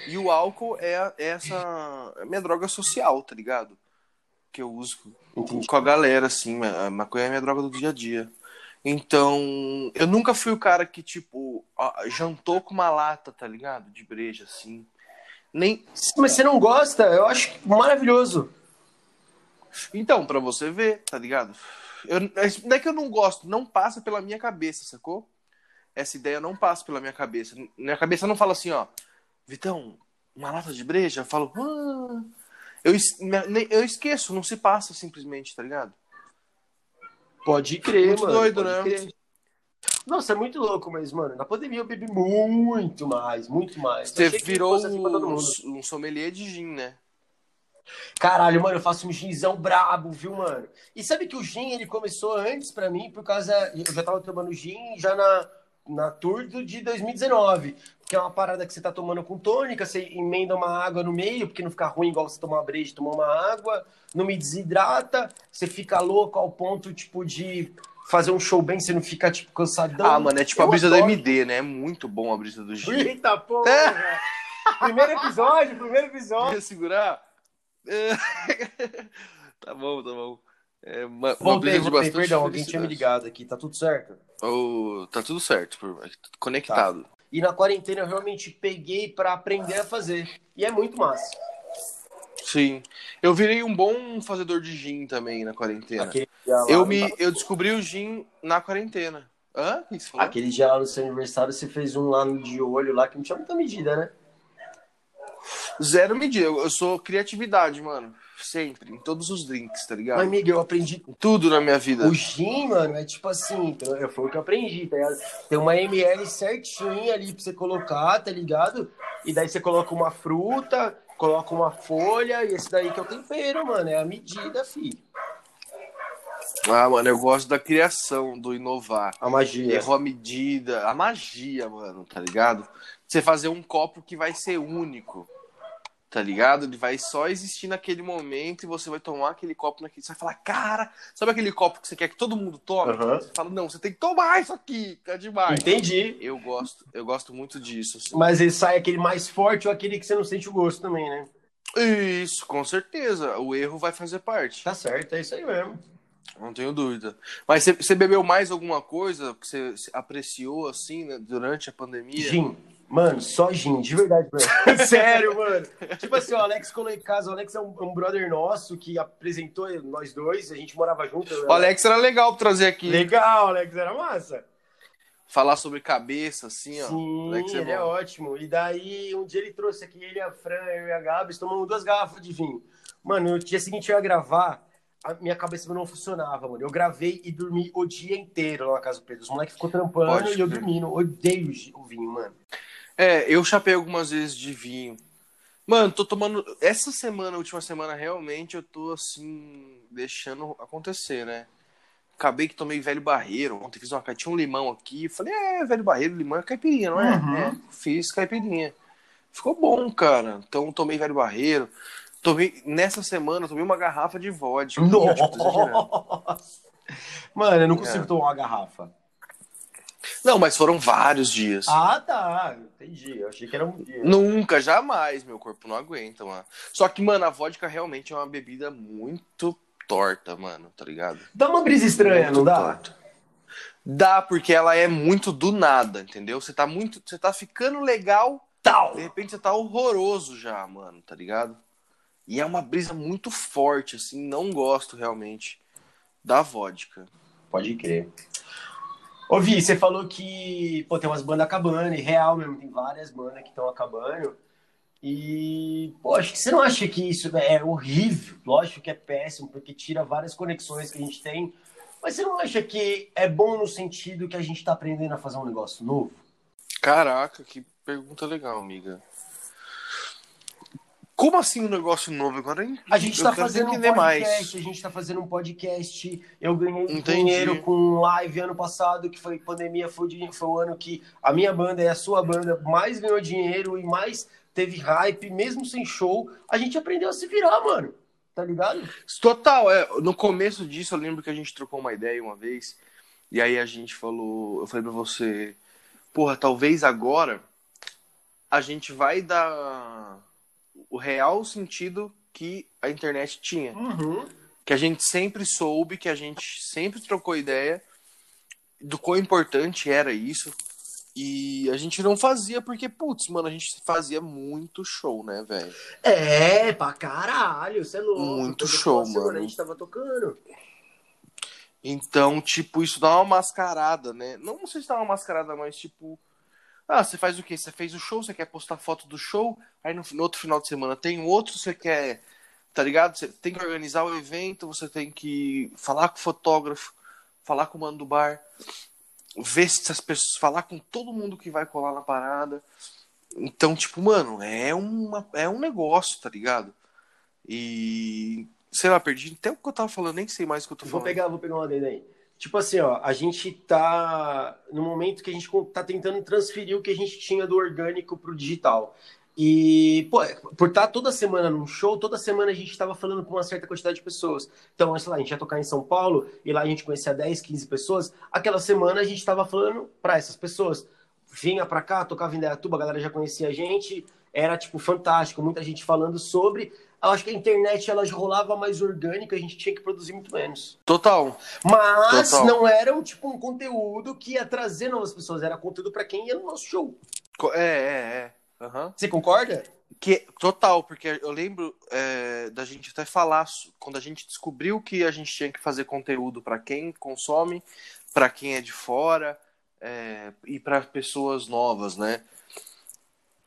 [SPEAKER 2] e o álcool é, a- é essa é a minha droga social, tá ligado? Que eu uso com,
[SPEAKER 1] Entendi.
[SPEAKER 2] com a galera, assim. A maconha é a minha droga do dia a dia. Então, eu nunca fui o cara que, tipo, ó, jantou com uma lata, tá ligado? De breja, assim. Nem,
[SPEAKER 1] Mas você não gosta? Eu acho maravilhoso.
[SPEAKER 2] Então, pra você ver, tá ligado? Eu, não é que eu não gosto, não passa pela minha cabeça, sacou? Essa ideia não passa pela minha cabeça. Minha cabeça não fala assim, ó, Vitão, uma lata de breja? Eu falo, ah. eu, es- me- nem- eu esqueço, não se passa simplesmente, tá ligado?
[SPEAKER 1] Pode crer,
[SPEAKER 2] Muito
[SPEAKER 1] mano.
[SPEAKER 2] doido,
[SPEAKER 1] pode
[SPEAKER 2] né?
[SPEAKER 1] crer. Nossa, é muito louco, mas, mano, na pandemia eu bebi muito mais, muito mais. Eu
[SPEAKER 2] Você
[SPEAKER 1] Então, achei que
[SPEAKER 2] virou
[SPEAKER 1] fosse assim pra todo
[SPEAKER 2] um,
[SPEAKER 1] mundo.
[SPEAKER 2] um sommelier de gin, né?
[SPEAKER 1] Caralho, mano, eu faço um ginzão brabo, viu, mano? E sabe que o gin, ele começou antes pra mim, por causa... Eu já tava tomando gin já na, na tour do, de 2019, que é uma parada que você tá tomando com tônica, você emenda uma água no meio, porque não fica ruim igual você tomar uma breja, e tomar uma água, não me desidrata, você fica louco ao ponto, tipo, de fazer um show bem, você não fica, tipo, cansadão.
[SPEAKER 2] ah, mano, é tipo a
[SPEAKER 1] eu
[SPEAKER 2] brisa da
[SPEAKER 1] adoro.
[SPEAKER 2] MD, né? É muito bom a brisa do gin.
[SPEAKER 1] Eita porra! primeiro episódio, primeiro episódio.
[SPEAKER 2] Quer segurar? É. tá bom, tá bom. É uma, uma
[SPEAKER 1] Voltei,
[SPEAKER 2] brisa de
[SPEAKER 1] voltei,
[SPEAKER 2] bastante
[SPEAKER 1] perdão, alguém tinha me
[SPEAKER 2] felicidade.
[SPEAKER 1] ligado aqui, tá tudo certo?
[SPEAKER 2] Oh, tá tudo certo, por- conectado.
[SPEAKER 1] E na quarentena eu realmente peguei pra aprender a fazer. E é muito massa.
[SPEAKER 2] Sim. Eu virei um bom fazedor de gin também na quarentena.
[SPEAKER 1] Aquele dia tá lá,
[SPEAKER 2] É. Eu
[SPEAKER 1] no-
[SPEAKER 2] me eu descobri o gin na quarentena. Hã? O que você falou?
[SPEAKER 1] Aquele dia lá no seu aniversário, você fez um lá no de olho lá que não tinha muita medida, né?
[SPEAKER 2] Zero medida. Eu, eu sou criatividade, mano. Sempre, em todos os drinks, tá ligado?
[SPEAKER 1] Mas, Miguel, eu aprendi.
[SPEAKER 2] Em Tudo na minha vida.
[SPEAKER 1] O gin, mano, é tipo assim, então, é- foi o que eu aprendi, tá ligado? Tem uma ML certinha ali pra você colocar, tá ligado? E daí você coloca uma fruta, coloca uma folha, e esse daí que é o tempero, mano, é a medida, fi.
[SPEAKER 2] Ah, mano, eu gosto da criação, do inovar.
[SPEAKER 1] A magia.
[SPEAKER 2] Errou a É medida, a magia, mano, tá ligado? Você fazer um copo que vai ser único, tá ligado? Ele vai só existir naquele momento e você vai tomar aquele copo naquele. Você vai falar, cara, sabe aquele copo que você quer que todo mundo tome?
[SPEAKER 1] Aham.
[SPEAKER 2] Você fala, não, você tem que tomar isso aqui, tá demais.
[SPEAKER 1] Entendi.
[SPEAKER 2] Eu gosto, eu gosto muito disso. assim.
[SPEAKER 1] Mas ele sai aquele mais forte ou aquele que você não sente o gosto também, né?
[SPEAKER 2] Isso, com certeza. O erro vai fazer parte.
[SPEAKER 1] Tá certo, é isso aí mesmo.
[SPEAKER 2] Não tenho dúvida. Mas você, você bebeu mais alguma coisa que você apreciou assim né, durante a pandemia?
[SPEAKER 1] Gin. Mano, só gin, de verdade, mano. Sério, mano. Tipo assim, o Alex colou em casa. O Alex é um, um brother nosso que apresentou nós dois, a gente morava junto. eu-
[SPEAKER 2] O Alex era legal trazer aqui. né?
[SPEAKER 1] Legal, Alex, era massa.
[SPEAKER 2] falar sobre cabeça, assim, ó.
[SPEAKER 1] Sim,
[SPEAKER 2] Alex é
[SPEAKER 1] ele é
[SPEAKER 2] bom.
[SPEAKER 1] ótimo. E daí, um dia ele trouxe aqui, ele, a Fran, eu e a Gabs, tomamos duas garrafas de vinho. Mano, no dia seguinte eu ia gravar, a minha cabeça não funcionava, mano. Eu gravei e dormi o dia inteiro lá na casa do Pedro. Os moleques ficou trampando
[SPEAKER 2] Pode
[SPEAKER 1] e eu
[SPEAKER 2] crer.
[SPEAKER 1] dormindo. Odeio o gi- o vinho, mano.
[SPEAKER 2] É, eu chapei algumas vezes de vinho. Mano, tô tomando. Essa semana, última semana, realmente eu tô assim, deixando acontecer, né? Acabei que tomei velho barreiro. Ontem fiz uma tinha um limão aqui. Falei, é, velho barreiro, limão é caipirinha, não é?
[SPEAKER 1] Uhum.
[SPEAKER 2] É, fiz caipirinha. Ficou bom, cara. Então tomei velho barreiro. Tomei, nessa semana, eu tomei uma garrafa de vodka. assim, tipo, Eu acho que eu tô exagerando.
[SPEAKER 1] Nossa! Tipo, Mano, eu não consigo
[SPEAKER 2] É.
[SPEAKER 1] tomar uma garrafa.
[SPEAKER 2] Não, mas foram vários dias.
[SPEAKER 1] Ah, tá. Entendi. Eu achei que era um dia.
[SPEAKER 2] Nunca, jamais, meu corpo não aguenta, mano. Só que, mano, a vodka realmente é uma bebida muito torta, mano, tá ligado?
[SPEAKER 1] Dá uma brisa estranha, não dá?
[SPEAKER 2] Dá, porque ela é muito do nada, entendeu? Você tá muito. Você tá ficando legal,
[SPEAKER 1] Tal!
[SPEAKER 2] de repente você tá horroroso já, mano, tá ligado? E é uma brisa muito forte, assim, não gosto realmente da vodka.
[SPEAKER 1] Pode crer. Ô, Vi, você falou que pô, tem umas bandas acabando, e real mesmo, tem várias bandas que estão acabando. E, pô, acho que você não acha que isso né, é horrível? Lógico que é péssimo, porque tira várias conexões que a gente tem. Mas você não acha que é bom no sentido que a gente tá aprendendo a fazer um negócio novo?
[SPEAKER 2] Caraca, que pergunta legal, amiga. Como assim um negócio novo? Agora hein?
[SPEAKER 1] A gente
[SPEAKER 2] Eu
[SPEAKER 1] tá
[SPEAKER 2] quero
[SPEAKER 1] fazendo um
[SPEAKER 2] entender
[SPEAKER 1] podcast,
[SPEAKER 2] mais.
[SPEAKER 1] a gente tá fazendo um podcast. Eu ganhei
[SPEAKER 2] Entendi.
[SPEAKER 1] dinheiro com live ano passado, que foi pandemia, foi, o dia- foi o ano que a minha banda e a sua banda mais ganhou dinheiro e mais teve hype, mesmo sem show. A gente aprendeu a se virar, mano. Tá ligado?
[SPEAKER 2] Total, é. No começo disso, eu lembro que a gente trocou uma ideia uma vez, e aí a gente falou, eu falei pra você, porra, talvez agora a gente vai dar o real sentido que a internet tinha.
[SPEAKER 1] Uhum.
[SPEAKER 2] Que a gente sempre soube, que a gente sempre trocou ideia do quão importante era isso. E a gente não fazia porque, putz, mano, a gente fazia muito show, né, velho?
[SPEAKER 1] É, pra caralho, você é louco.
[SPEAKER 2] Muito
[SPEAKER 1] Toda
[SPEAKER 2] show,
[SPEAKER 1] semana
[SPEAKER 2] mano.
[SPEAKER 1] A gente tava tocando.
[SPEAKER 2] Então, tipo, isso dá uma mascarada, né? Não sei se dá uma mascarada, mas tipo. Ah, você faz o quê? Você fez o show, você quer postar foto do show, aí no, no outro final de semana tem um outro, você quer. Tá ligado? Você tem que organizar o evento, você tem que falar com o fotógrafo, falar com o mano do bar, ver se as pessoas. falar com todo mundo que vai colar na parada. Então, tipo, mano, é, uma, é um negócio, tá ligado? E. Sei lá, perdi até o que eu tava falando, nem sei mais o que eu tô
[SPEAKER 1] Vou
[SPEAKER 2] falando.
[SPEAKER 1] pegar, vou pegar uma dele aí. Tipo assim, ó, a gente tá no momento que a gente tá tentando transferir o que a gente tinha do orgânico pro digital. E, pô, é, por estar toda semana num show, toda semana a gente tava falando com uma certa quantidade de pessoas. Então, sei lá, a gente ia tocar em São Paulo e lá a gente conhecia 10, 15 pessoas. Aquela semana a gente tava falando pra essas pessoas. Vinha pra cá, tocava em Indaiatuba, a galera já conhecia a gente. Era, tipo, fantástico. Muita gente falando sobre. Eu acho que a internet, ela rolava mais orgânica, a gente tinha que produzir muito menos.
[SPEAKER 2] Total.
[SPEAKER 1] Mas
[SPEAKER 2] Total.
[SPEAKER 1] não era um tipo um conteúdo que ia trazer novas pessoas, era conteúdo pra quem ia no nosso show.
[SPEAKER 2] Co- É, é, é. Aham.
[SPEAKER 1] Você concorda?
[SPEAKER 2] Que, total, porque eu lembro é, da gente até falar, so- quando a gente descobriu que a gente tinha que fazer conteúdo para quem consome, para quem é de fora é, e para pessoas novas, né?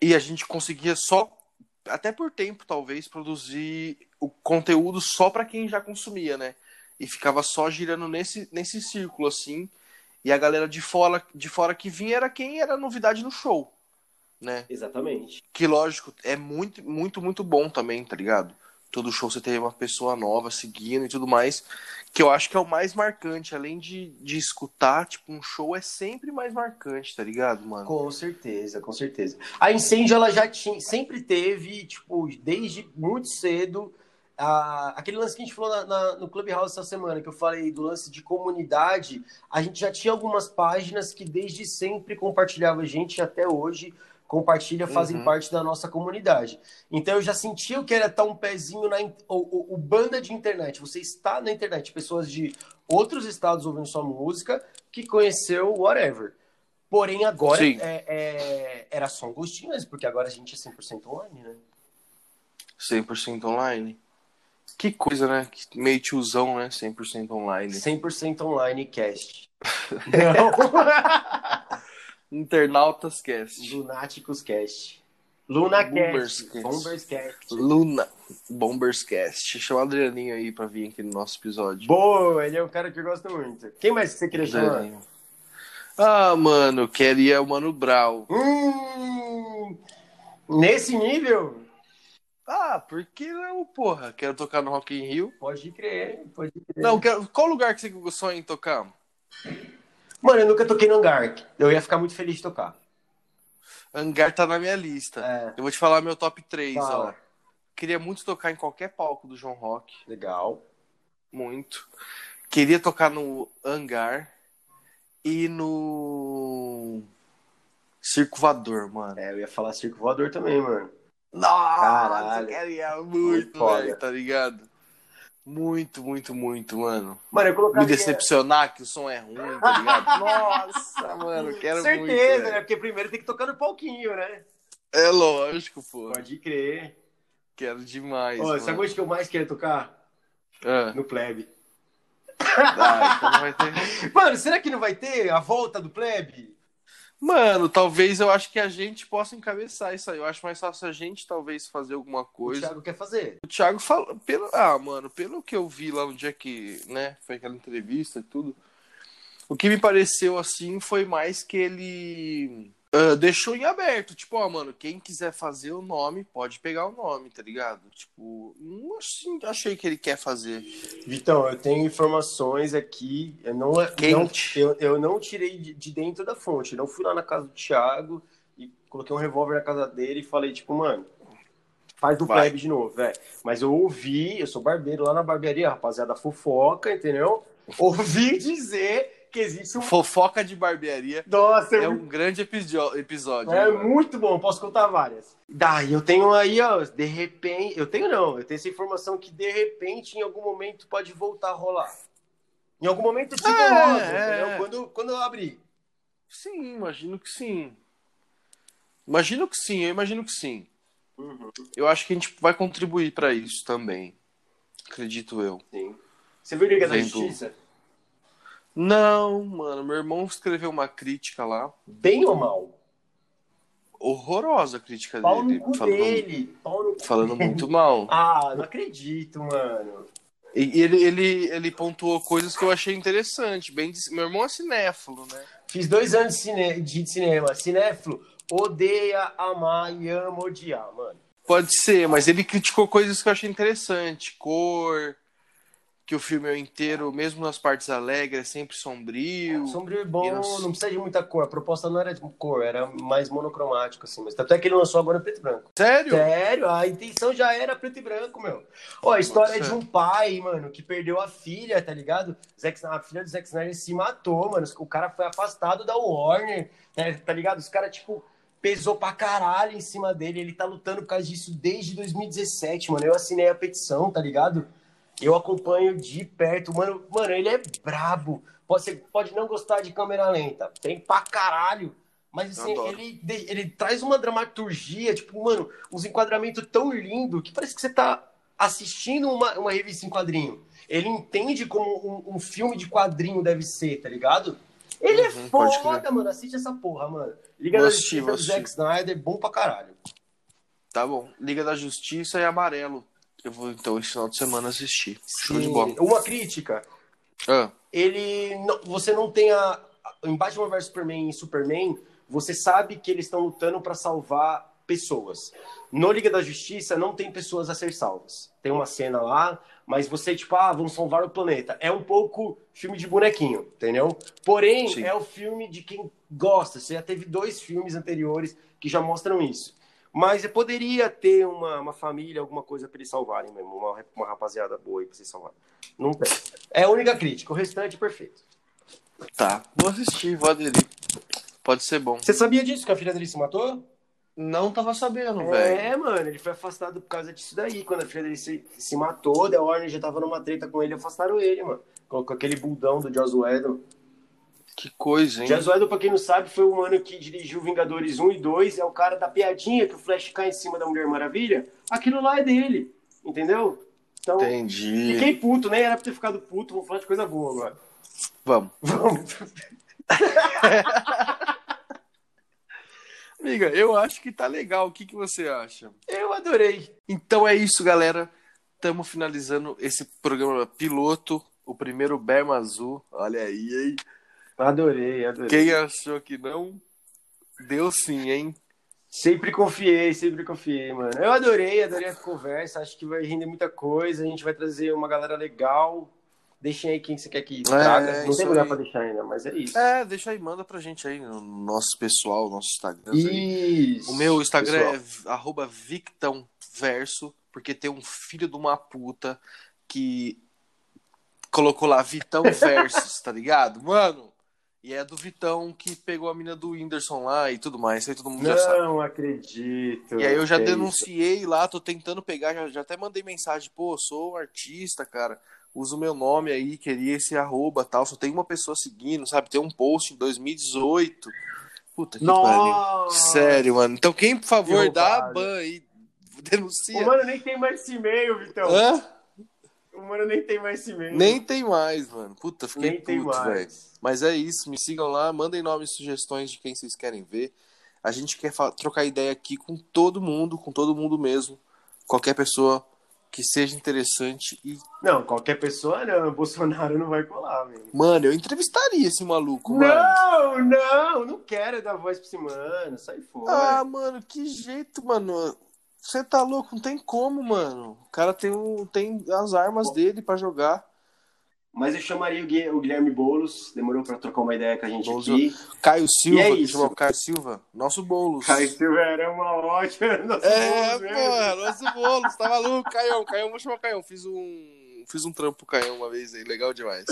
[SPEAKER 2] E a gente conseguia só, até por tempo talvez, produzir o conteúdo só para quem já consumia, né? E ficava só girando nesse, nesse círculo assim. E a galera de fora, de fora que vinha era quem era novidade no show, né?
[SPEAKER 1] Exatamente.
[SPEAKER 2] Que lógico, é muito, muito, muito bom também, tá ligado? Todo show você tem uma pessoa nova seguindo e tudo mais. Que eu acho que é o mais marcante. Além de, de escutar, tipo, um show é sempre mais marcante, tá ligado, mano?
[SPEAKER 1] Com certeza, com certeza. A incêndio ela já tinha, sempre teve, tipo, desde muito cedo. a- aquele lance que a gente falou na, na, no Clubhouse essa semana, que eu falei do lance de comunidade, a gente já tinha algumas páginas que desde sempre compartilhava a gente e até hoje compartilha, fazem
[SPEAKER 2] Uhum.
[SPEAKER 1] parte da nossa comunidade. Então eu já sentia o que era estar um pezinho na in- o, o- o banda de internet. Você está na internet, pessoas de outros estados ouvindo sua música que conheceu whatever. Porém, agora
[SPEAKER 2] Sim.
[SPEAKER 1] é- é- era só um gostinho mesmo, porque agora a gente é 100% online, né?
[SPEAKER 2] 100% online. Que coisa, né? Que meio tiozão, né? 100% online.
[SPEAKER 1] 100% online cast. Não,
[SPEAKER 2] Internautas Cast.
[SPEAKER 1] Lunáticos cast. Luna
[SPEAKER 2] Boomers
[SPEAKER 1] cast.
[SPEAKER 2] cast.
[SPEAKER 1] Bombers cast.
[SPEAKER 2] Luna. Bombers Cast. Chama o Adrianinho aí pra vir aqui no nosso episódio.
[SPEAKER 1] Boa, ele é um cara que eu gosto muito. Quem mais que você queria chamar?
[SPEAKER 2] Adrianinho. Ah, mano, eu queria o Mano Brown.
[SPEAKER 1] Hum, nesse nível?
[SPEAKER 2] Ah, por que não, porra? Quero tocar no Rock in Rio.
[SPEAKER 1] Pode crer, pode crer.
[SPEAKER 2] Não, quero... qual lugar que você sonha em tocar?
[SPEAKER 1] Mano, eu nunca toquei no hangar. Eu ia ficar muito feliz de tocar.
[SPEAKER 2] Hangar tá na minha lista.
[SPEAKER 1] É,
[SPEAKER 2] Eu vou te falar meu top 3,
[SPEAKER 1] Fala.
[SPEAKER 2] ó. Queria muito tocar em qualquer palco do João Rock.
[SPEAKER 1] legal.
[SPEAKER 2] Muito. Queria tocar no Hangar e no Circo Voador, mano.
[SPEAKER 1] É, eu ia falar circo voador também, mano.
[SPEAKER 2] Nossa,
[SPEAKER 1] Caralho.
[SPEAKER 2] eu queria muito,
[SPEAKER 1] Foda.
[SPEAKER 2] velho, tá ligado? Muito, muito, muito, mano.
[SPEAKER 1] Mano, eu colocaria...
[SPEAKER 2] Me decepcionar que o som é ruim, tá ligado? Nossa, mano, quero
[SPEAKER 1] Certeza,
[SPEAKER 2] muito. é.
[SPEAKER 1] né?
[SPEAKER 2] velho.
[SPEAKER 1] Porque primeiro tem que tocar no palquinho, né?
[SPEAKER 2] É lógico, pô.
[SPEAKER 1] Pode crer.
[SPEAKER 2] Quero demais.
[SPEAKER 1] Ó,
[SPEAKER 2] É
[SPEAKER 1] é
[SPEAKER 2] mano.
[SPEAKER 1] sabe onde que eu mais queria tocar?
[SPEAKER 2] Ah,
[SPEAKER 1] No plebe.
[SPEAKER 2] tá, então vai ter...
[SPEAKER 1] Mano, será que não vai ter a volta do plebe?
[SPEAKER 2] Mano, talvez eu acho que a gente possa encabeçar isso aí. Eu acho mais fácil a gente talvez fazer alguma
[SPEAKER 1] O
[SPEAKER 2] coisa.
[SPEAKER 1] Thiago quer fazer.
[SPEAKER 2] O Thiago falou. Pelo... Ah, mano, pelo que eu vi lá no dia que, né, foi aquela entrevista e tudo. O que me pareceu assim foi mais que ele ah, deixou em aberto. Tipo, ó, mano, quem quiser fazer o nome, pode pegar o nome, tá ligado? Tipo, não assim, achei que ele quer fazer.
[SPEAKER 1] Vitão, eu tenho informações aqui. Eu não, é, não,
[SPEAKER 2] Quente.
[SPEAKER 1] eu, eu não tirei de, de dentro da fonte. Eu não fui lá na casa do Thiago e coloquei um revólver na casa dele e falei, tipo, mano, faz do
[SPEAKER 2] Vai.
[SPEAKER 1] plebe de novo, velho. Mas eu ouvi, eu sou barbeiro lá na barbearia, rapaziada, fofoca, entendeu? Ouvi dizer que existe um.
[SPEAKER 2] Fofoca de barbearia
[SPEAKER 1] Nossa,
[SPEAKER 2] é
[SPEAKER 1] eu-
[SPEAKER 2] um grande episo- episódio. né?
[SPEAKER 1] É
[SPEAKER 2] mano.
[SPEAKER 1] muito bom, posso contar várias. Daí eu tenho aí, ó, de repente. Eu tenho não, eu tenho essa informação que de repente, em algum momento, pode voltar a rolar. Em algum momento tipo
[SPEAKER 2] É,
[SPEAKER 1] rola,
[SPEAKER 2] é.
[SPEAKER 1] entendeu? Quando, quando eu abrir.
[SPEAKER 2] Sim, imagino que sim. Imagino que sim, eu imagino que sim.
[SPEAKER 1] Uhum.
[SPEAKER 2] Eu acho que a gente vai contribuir pra isso também. Acredito eu.
[SPEAKER 1] Sim. Você viu Liga da
[SPEAKER 2] Vem
[SPEAKER 1] Justiça?
[SPEAKER 2] Não, mano, meu irmão escreveu uma crítica lá.
[SPEAKER 1] Bem ou mal?
[SPEAKER 2] Horrorosa a crítica
[SPEAKER 1] Pau
[SPEAKER 2] dele.
[SPEAKER 1] no cu
[SPEAKER 2] Falando,
[SPEAKER 1] dele. Pau no cu.
[SPEAKER 2] falando muito mal.
[SPEAKER 1] Ah, não acredito, mano.
[SPEAKER 2] E ele, ele, ele pontuou coisas que eu achei interessante. Bem, dis- meu irmão é cinéfalo, né?
[SPEAKER 1] Fiz dois anos de, cine... de cinema. Cinéfilo, odeia, amar e ama odiar, mano.
[SPEAKER 2] Pode ser, mas ele criticou coisas que eu achei interessante. Cor, que o filme é inteiro, mesmo nas partes alegres, é sempre sombrio.
[SPEAKER 1] Sombrio e bom,
[SPEAKER 2] Eu
[SPEAKER 1] não...
[SPEAKER 2] não-
[SPEAKER 1] precisa de muita cor. A proposta não era de cor, era mais monocromático, assim. Mas até que ele lançou agora em preto e branco.
[SPEAKER 2] Sério?
[SPEAKER 1] Sério, a intenção já era preto e branco, meu. Ó, a história
[SPEAKER 2] Nossa.
[SPEAKER 1] de um pai, mano, que perdeu a filha, tá ligado? Zack Snyder- a filha do Zack Snyder se matou, mano. O cara foi afastado da Warner, né, tá ligado? Os caras, tipo, pesou pra caralho em cima dele. Ele tá lutando por causa disso desde 2017, mano. Eu assinei a petição, tá ligado? Eu acompanho de perto, mano. Mano, ele é brabo. Pode, ser- pode não gostar de câmera lenta. Tem pra caralho. Mas
[SPEAKER 2] Eu
[SPEAKER 1] assim,
[SPEAKER 2] adoro.
[SPEAKER 1] ele, de- ele traz uma dramaturgia, tipo, mano, uns enquadramentos tão lindo que parece que você tá assistindo uma, uma revista em quadrinho. Ele entende como um, um filme de quadrinho deve ser, tá ligado? Ele é
[SPEAKER 2] Uhum, pode
[SPEAKER 1] foda, mano. Assiste essa porra, mano. Liga
[SPEAKER 2] Vou
[SPEAKER 1] na
[SPEAKER 2] assistir,
[SPEAKER 1] Justiça
[SPEAKER 2] vou
[SPEAKER 1] do Zack Snyder, bom pra caralho.
[SPEAKER 2] Tá bom. Liga da Justiça e Amarelo. Eu vou, então, esse final de semana assistir. Show de bola.
[SPEAKER 1] Uma crítica.
[SPEAKER 2] Ah,
[SPEAKER 1] ele não- você não tem a em Batman vs Superman e Superman você sabe que eles estão lutando para salvar pessoas no Liga da Justiça não tem pessoas a ser salvas tem uma cena lá mas você tipo ah vamos salvar o planeta é um pouco filme de bonequinho entendeu porém
[SPEAKER 2] Sim.
[SPEAKER 1] é o filme de quem gosta você já teve dois filmes anteriores que já mostram isso mas poderia ter uma, uma família, alguma coisa para eles salvarem mesmo, uma, uma rapaziada boa aí pra vocês salvarem. Não tem. É a única crítica, o restante é perfeito.
[SPEAKER 2] tá. Vou assistir, vou aderir. Pode ser bom.
[SPEAKER 1] Você sabia disso que a filha dele se matou?
[SPEAKER 2] Não tava sabendo, velho.
[SPEAKER 1] É, mano, ele foi afastado por causa disso daí. Quando a filha dele se, se matou, The Warner já tava numa treta com ele, afastaram ele, mano. Colocou aquele buldão do Joss Whedon.
[SPEAKER 2] Que coisa, hein?
[SPEAKER 1] Joss Whedon, pra quem não sabe, foi o mano que dirigiu Vingadores 1 e 2, é o cara da piadinha que o Flash cai em cima da Mulher Maravilha. Aquilo lá é dele, entendeu? Então,
[SPEAKER 2] Entendi.
[SPEAKER 1] fiquei puto, né? Era pra ter ficado puto, vamos falar de coisa boa agora.
[SPEAKER 2] Vamos.
[SPEAKER 1] Vamos.
[SPEAKER 2] Amiga, eu acho que tá legal. O que, que você acha?
[SPEAKER 1] Eu adorei.
[SPEAKER 2] Então é isso, galera. Estamos finalizando esse programa piloto, o primeiro Berma Azul. Olha aí, hein?
[SPEAKER 1] Adorei, adorei.
[SPEAKER 2] Quem achou que não, deu sim, hein?
[SPEAKER 1] Sempre confiei, sempre confiei, mano. Eu adorei, adorei a conversa. Acho que vai render muita coisa. A gente vai trazer uma galera legal. Deixem aí quem você quer que traga. Não
[SPEAKER 2] É, isso
[SPEAKER 1] tem lugar
[SPEAKER 2] aí.
[SPEAKER 1] pra deixar ainda, mas é isso.
[SPEAKER 2] É, deixa aí, manda pra gente aí no nosso pessoal, nosso Instagram. aí.
[SPEAKER 1] Isso.
[SPEAKER 2] O meu Instagram
[SPEAKER 1] pessoal.
[SPEAKER 2] é arroba VictãoVerso, porque tem um filho de uma puta que colocou lá Vitão Versus, tá ligado? Mano, e é do Vitão que pegou a mina do Whindersson lá e tudo mais, isso aí todo mundo já sabe.
[SPEAKER 1] Não acredito.
[SPEAKER 2] E aí eu já
[SPEAKER 1] Que é
[SPEAKER 2] denunciei lá, tô tentando pegar, já, já até mandei mensagem, pô, sou um artista, cara, usa o meu nome aí, queria esse arroba tal, só tem uma pessoa seguindo, sabe? Tem um post em 2018. Puta que
[SPEAKER 1] isso.
[SPEAKER 2] pariu.
[SPEAKER 1] Nossa.
[SPEAKER 2] Sério, mano. Então quem, por favor, dá a
[SPEAKER 1] roubado.
[SPEAKER 2] ban aí,
[SPEAKER 1] O
[SPEAKER 2] denuncia.
[SPEAKER 1] mano nem tem mais esse e-mail, Vitão.
[SPEAKER 2] Hã?
[SPEAKER 1] O mano nem tem mais esse e-mail.
[SPEAKER 2] Nem tem mais, mano. Puta, fiquei
[SPEAKER 1] Nem tem
[SPEAKER 2] puto, velho.
[SPEAKER 1] mais.
[SPEAKER 2] Mas é isso, me sigam lá, mandem nomes e sugestões de quem vocês querem ver. A gente quer fa- trocar ideia aqui com todo mundo, com todo mundo mesmo. Qualquer pessoa que seja interessante. E,
[SPEAKER 1] Não, qualquer pessoa não. Bolsonaro não vai colar, velho.
[SPEAKER 2] mano, eu entrevistaria esse maluco, mano.
[SPEAKER 1] Não, não, não quero dar voz pra esse mano. Sai fora.
[SPEAKER 2] Ah, mano, que jeito, mano. Você tá louco, não tem como, mano. O cara tem, um, tem as armas dele pra jogar.
[SPEAKER 1] Mas eu chamaria o Gui- o Guilherme Boulos. Demorou pra trocar uma ideia com a gente
[SPEAKER 2] Boulos,
[SPEAKER 1] aqui.
[SPEAKER 2] Caio Silva,
[SPEAKER 1] é
[SPEAKER 2] que
[SPEAKER 1] isso.
[SPEAKER 2] chama o Caio Silva, nosso Boulos.
[SPEAKER 1] Caio Silva era é uma ótima. Nossa,
[SPEAKER 2] É,
[SPEAKER 1] Boulos, velho.
[SPEAKER 2] pô, nosso bolo, tá maluco, Caião, Caião, vou chamar o Caião. Fiz um, fiz um trampo pro Caião uma vez aí, legal demais.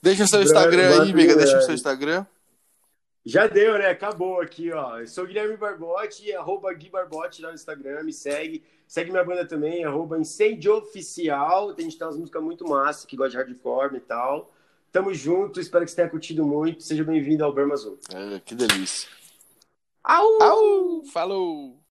[SPEAKER 2] Deixa o seu
[SPEAKER 1] Brother,
[SPEAKER 2] Instagram aí,
[SPEAKER 1] brother,
[SPEAKER 2] amiga, deixa o seu
[SPEAKER 1] velho.
[SPEAKER 2] Instagram.
[SPEAKER 1] Já deu, né? Acabou aqui, ó. Eu sou o Guilherme Barbotti, arroba Gui Barbotti lá no Instagram, me segue. Segue minha banda também, arroba Incêndio Oficial. Tem gente que tem umas músicas muito massa, que gosta de hardcore e tal. Tamo junto, espero que você tenha curtido muito. Seja bem-vindo ao Berma Azul.
[SPEAKER 2] É, que delícia.
[SPEAKER 1] Au!
[SPEAKER 2] Au, falou.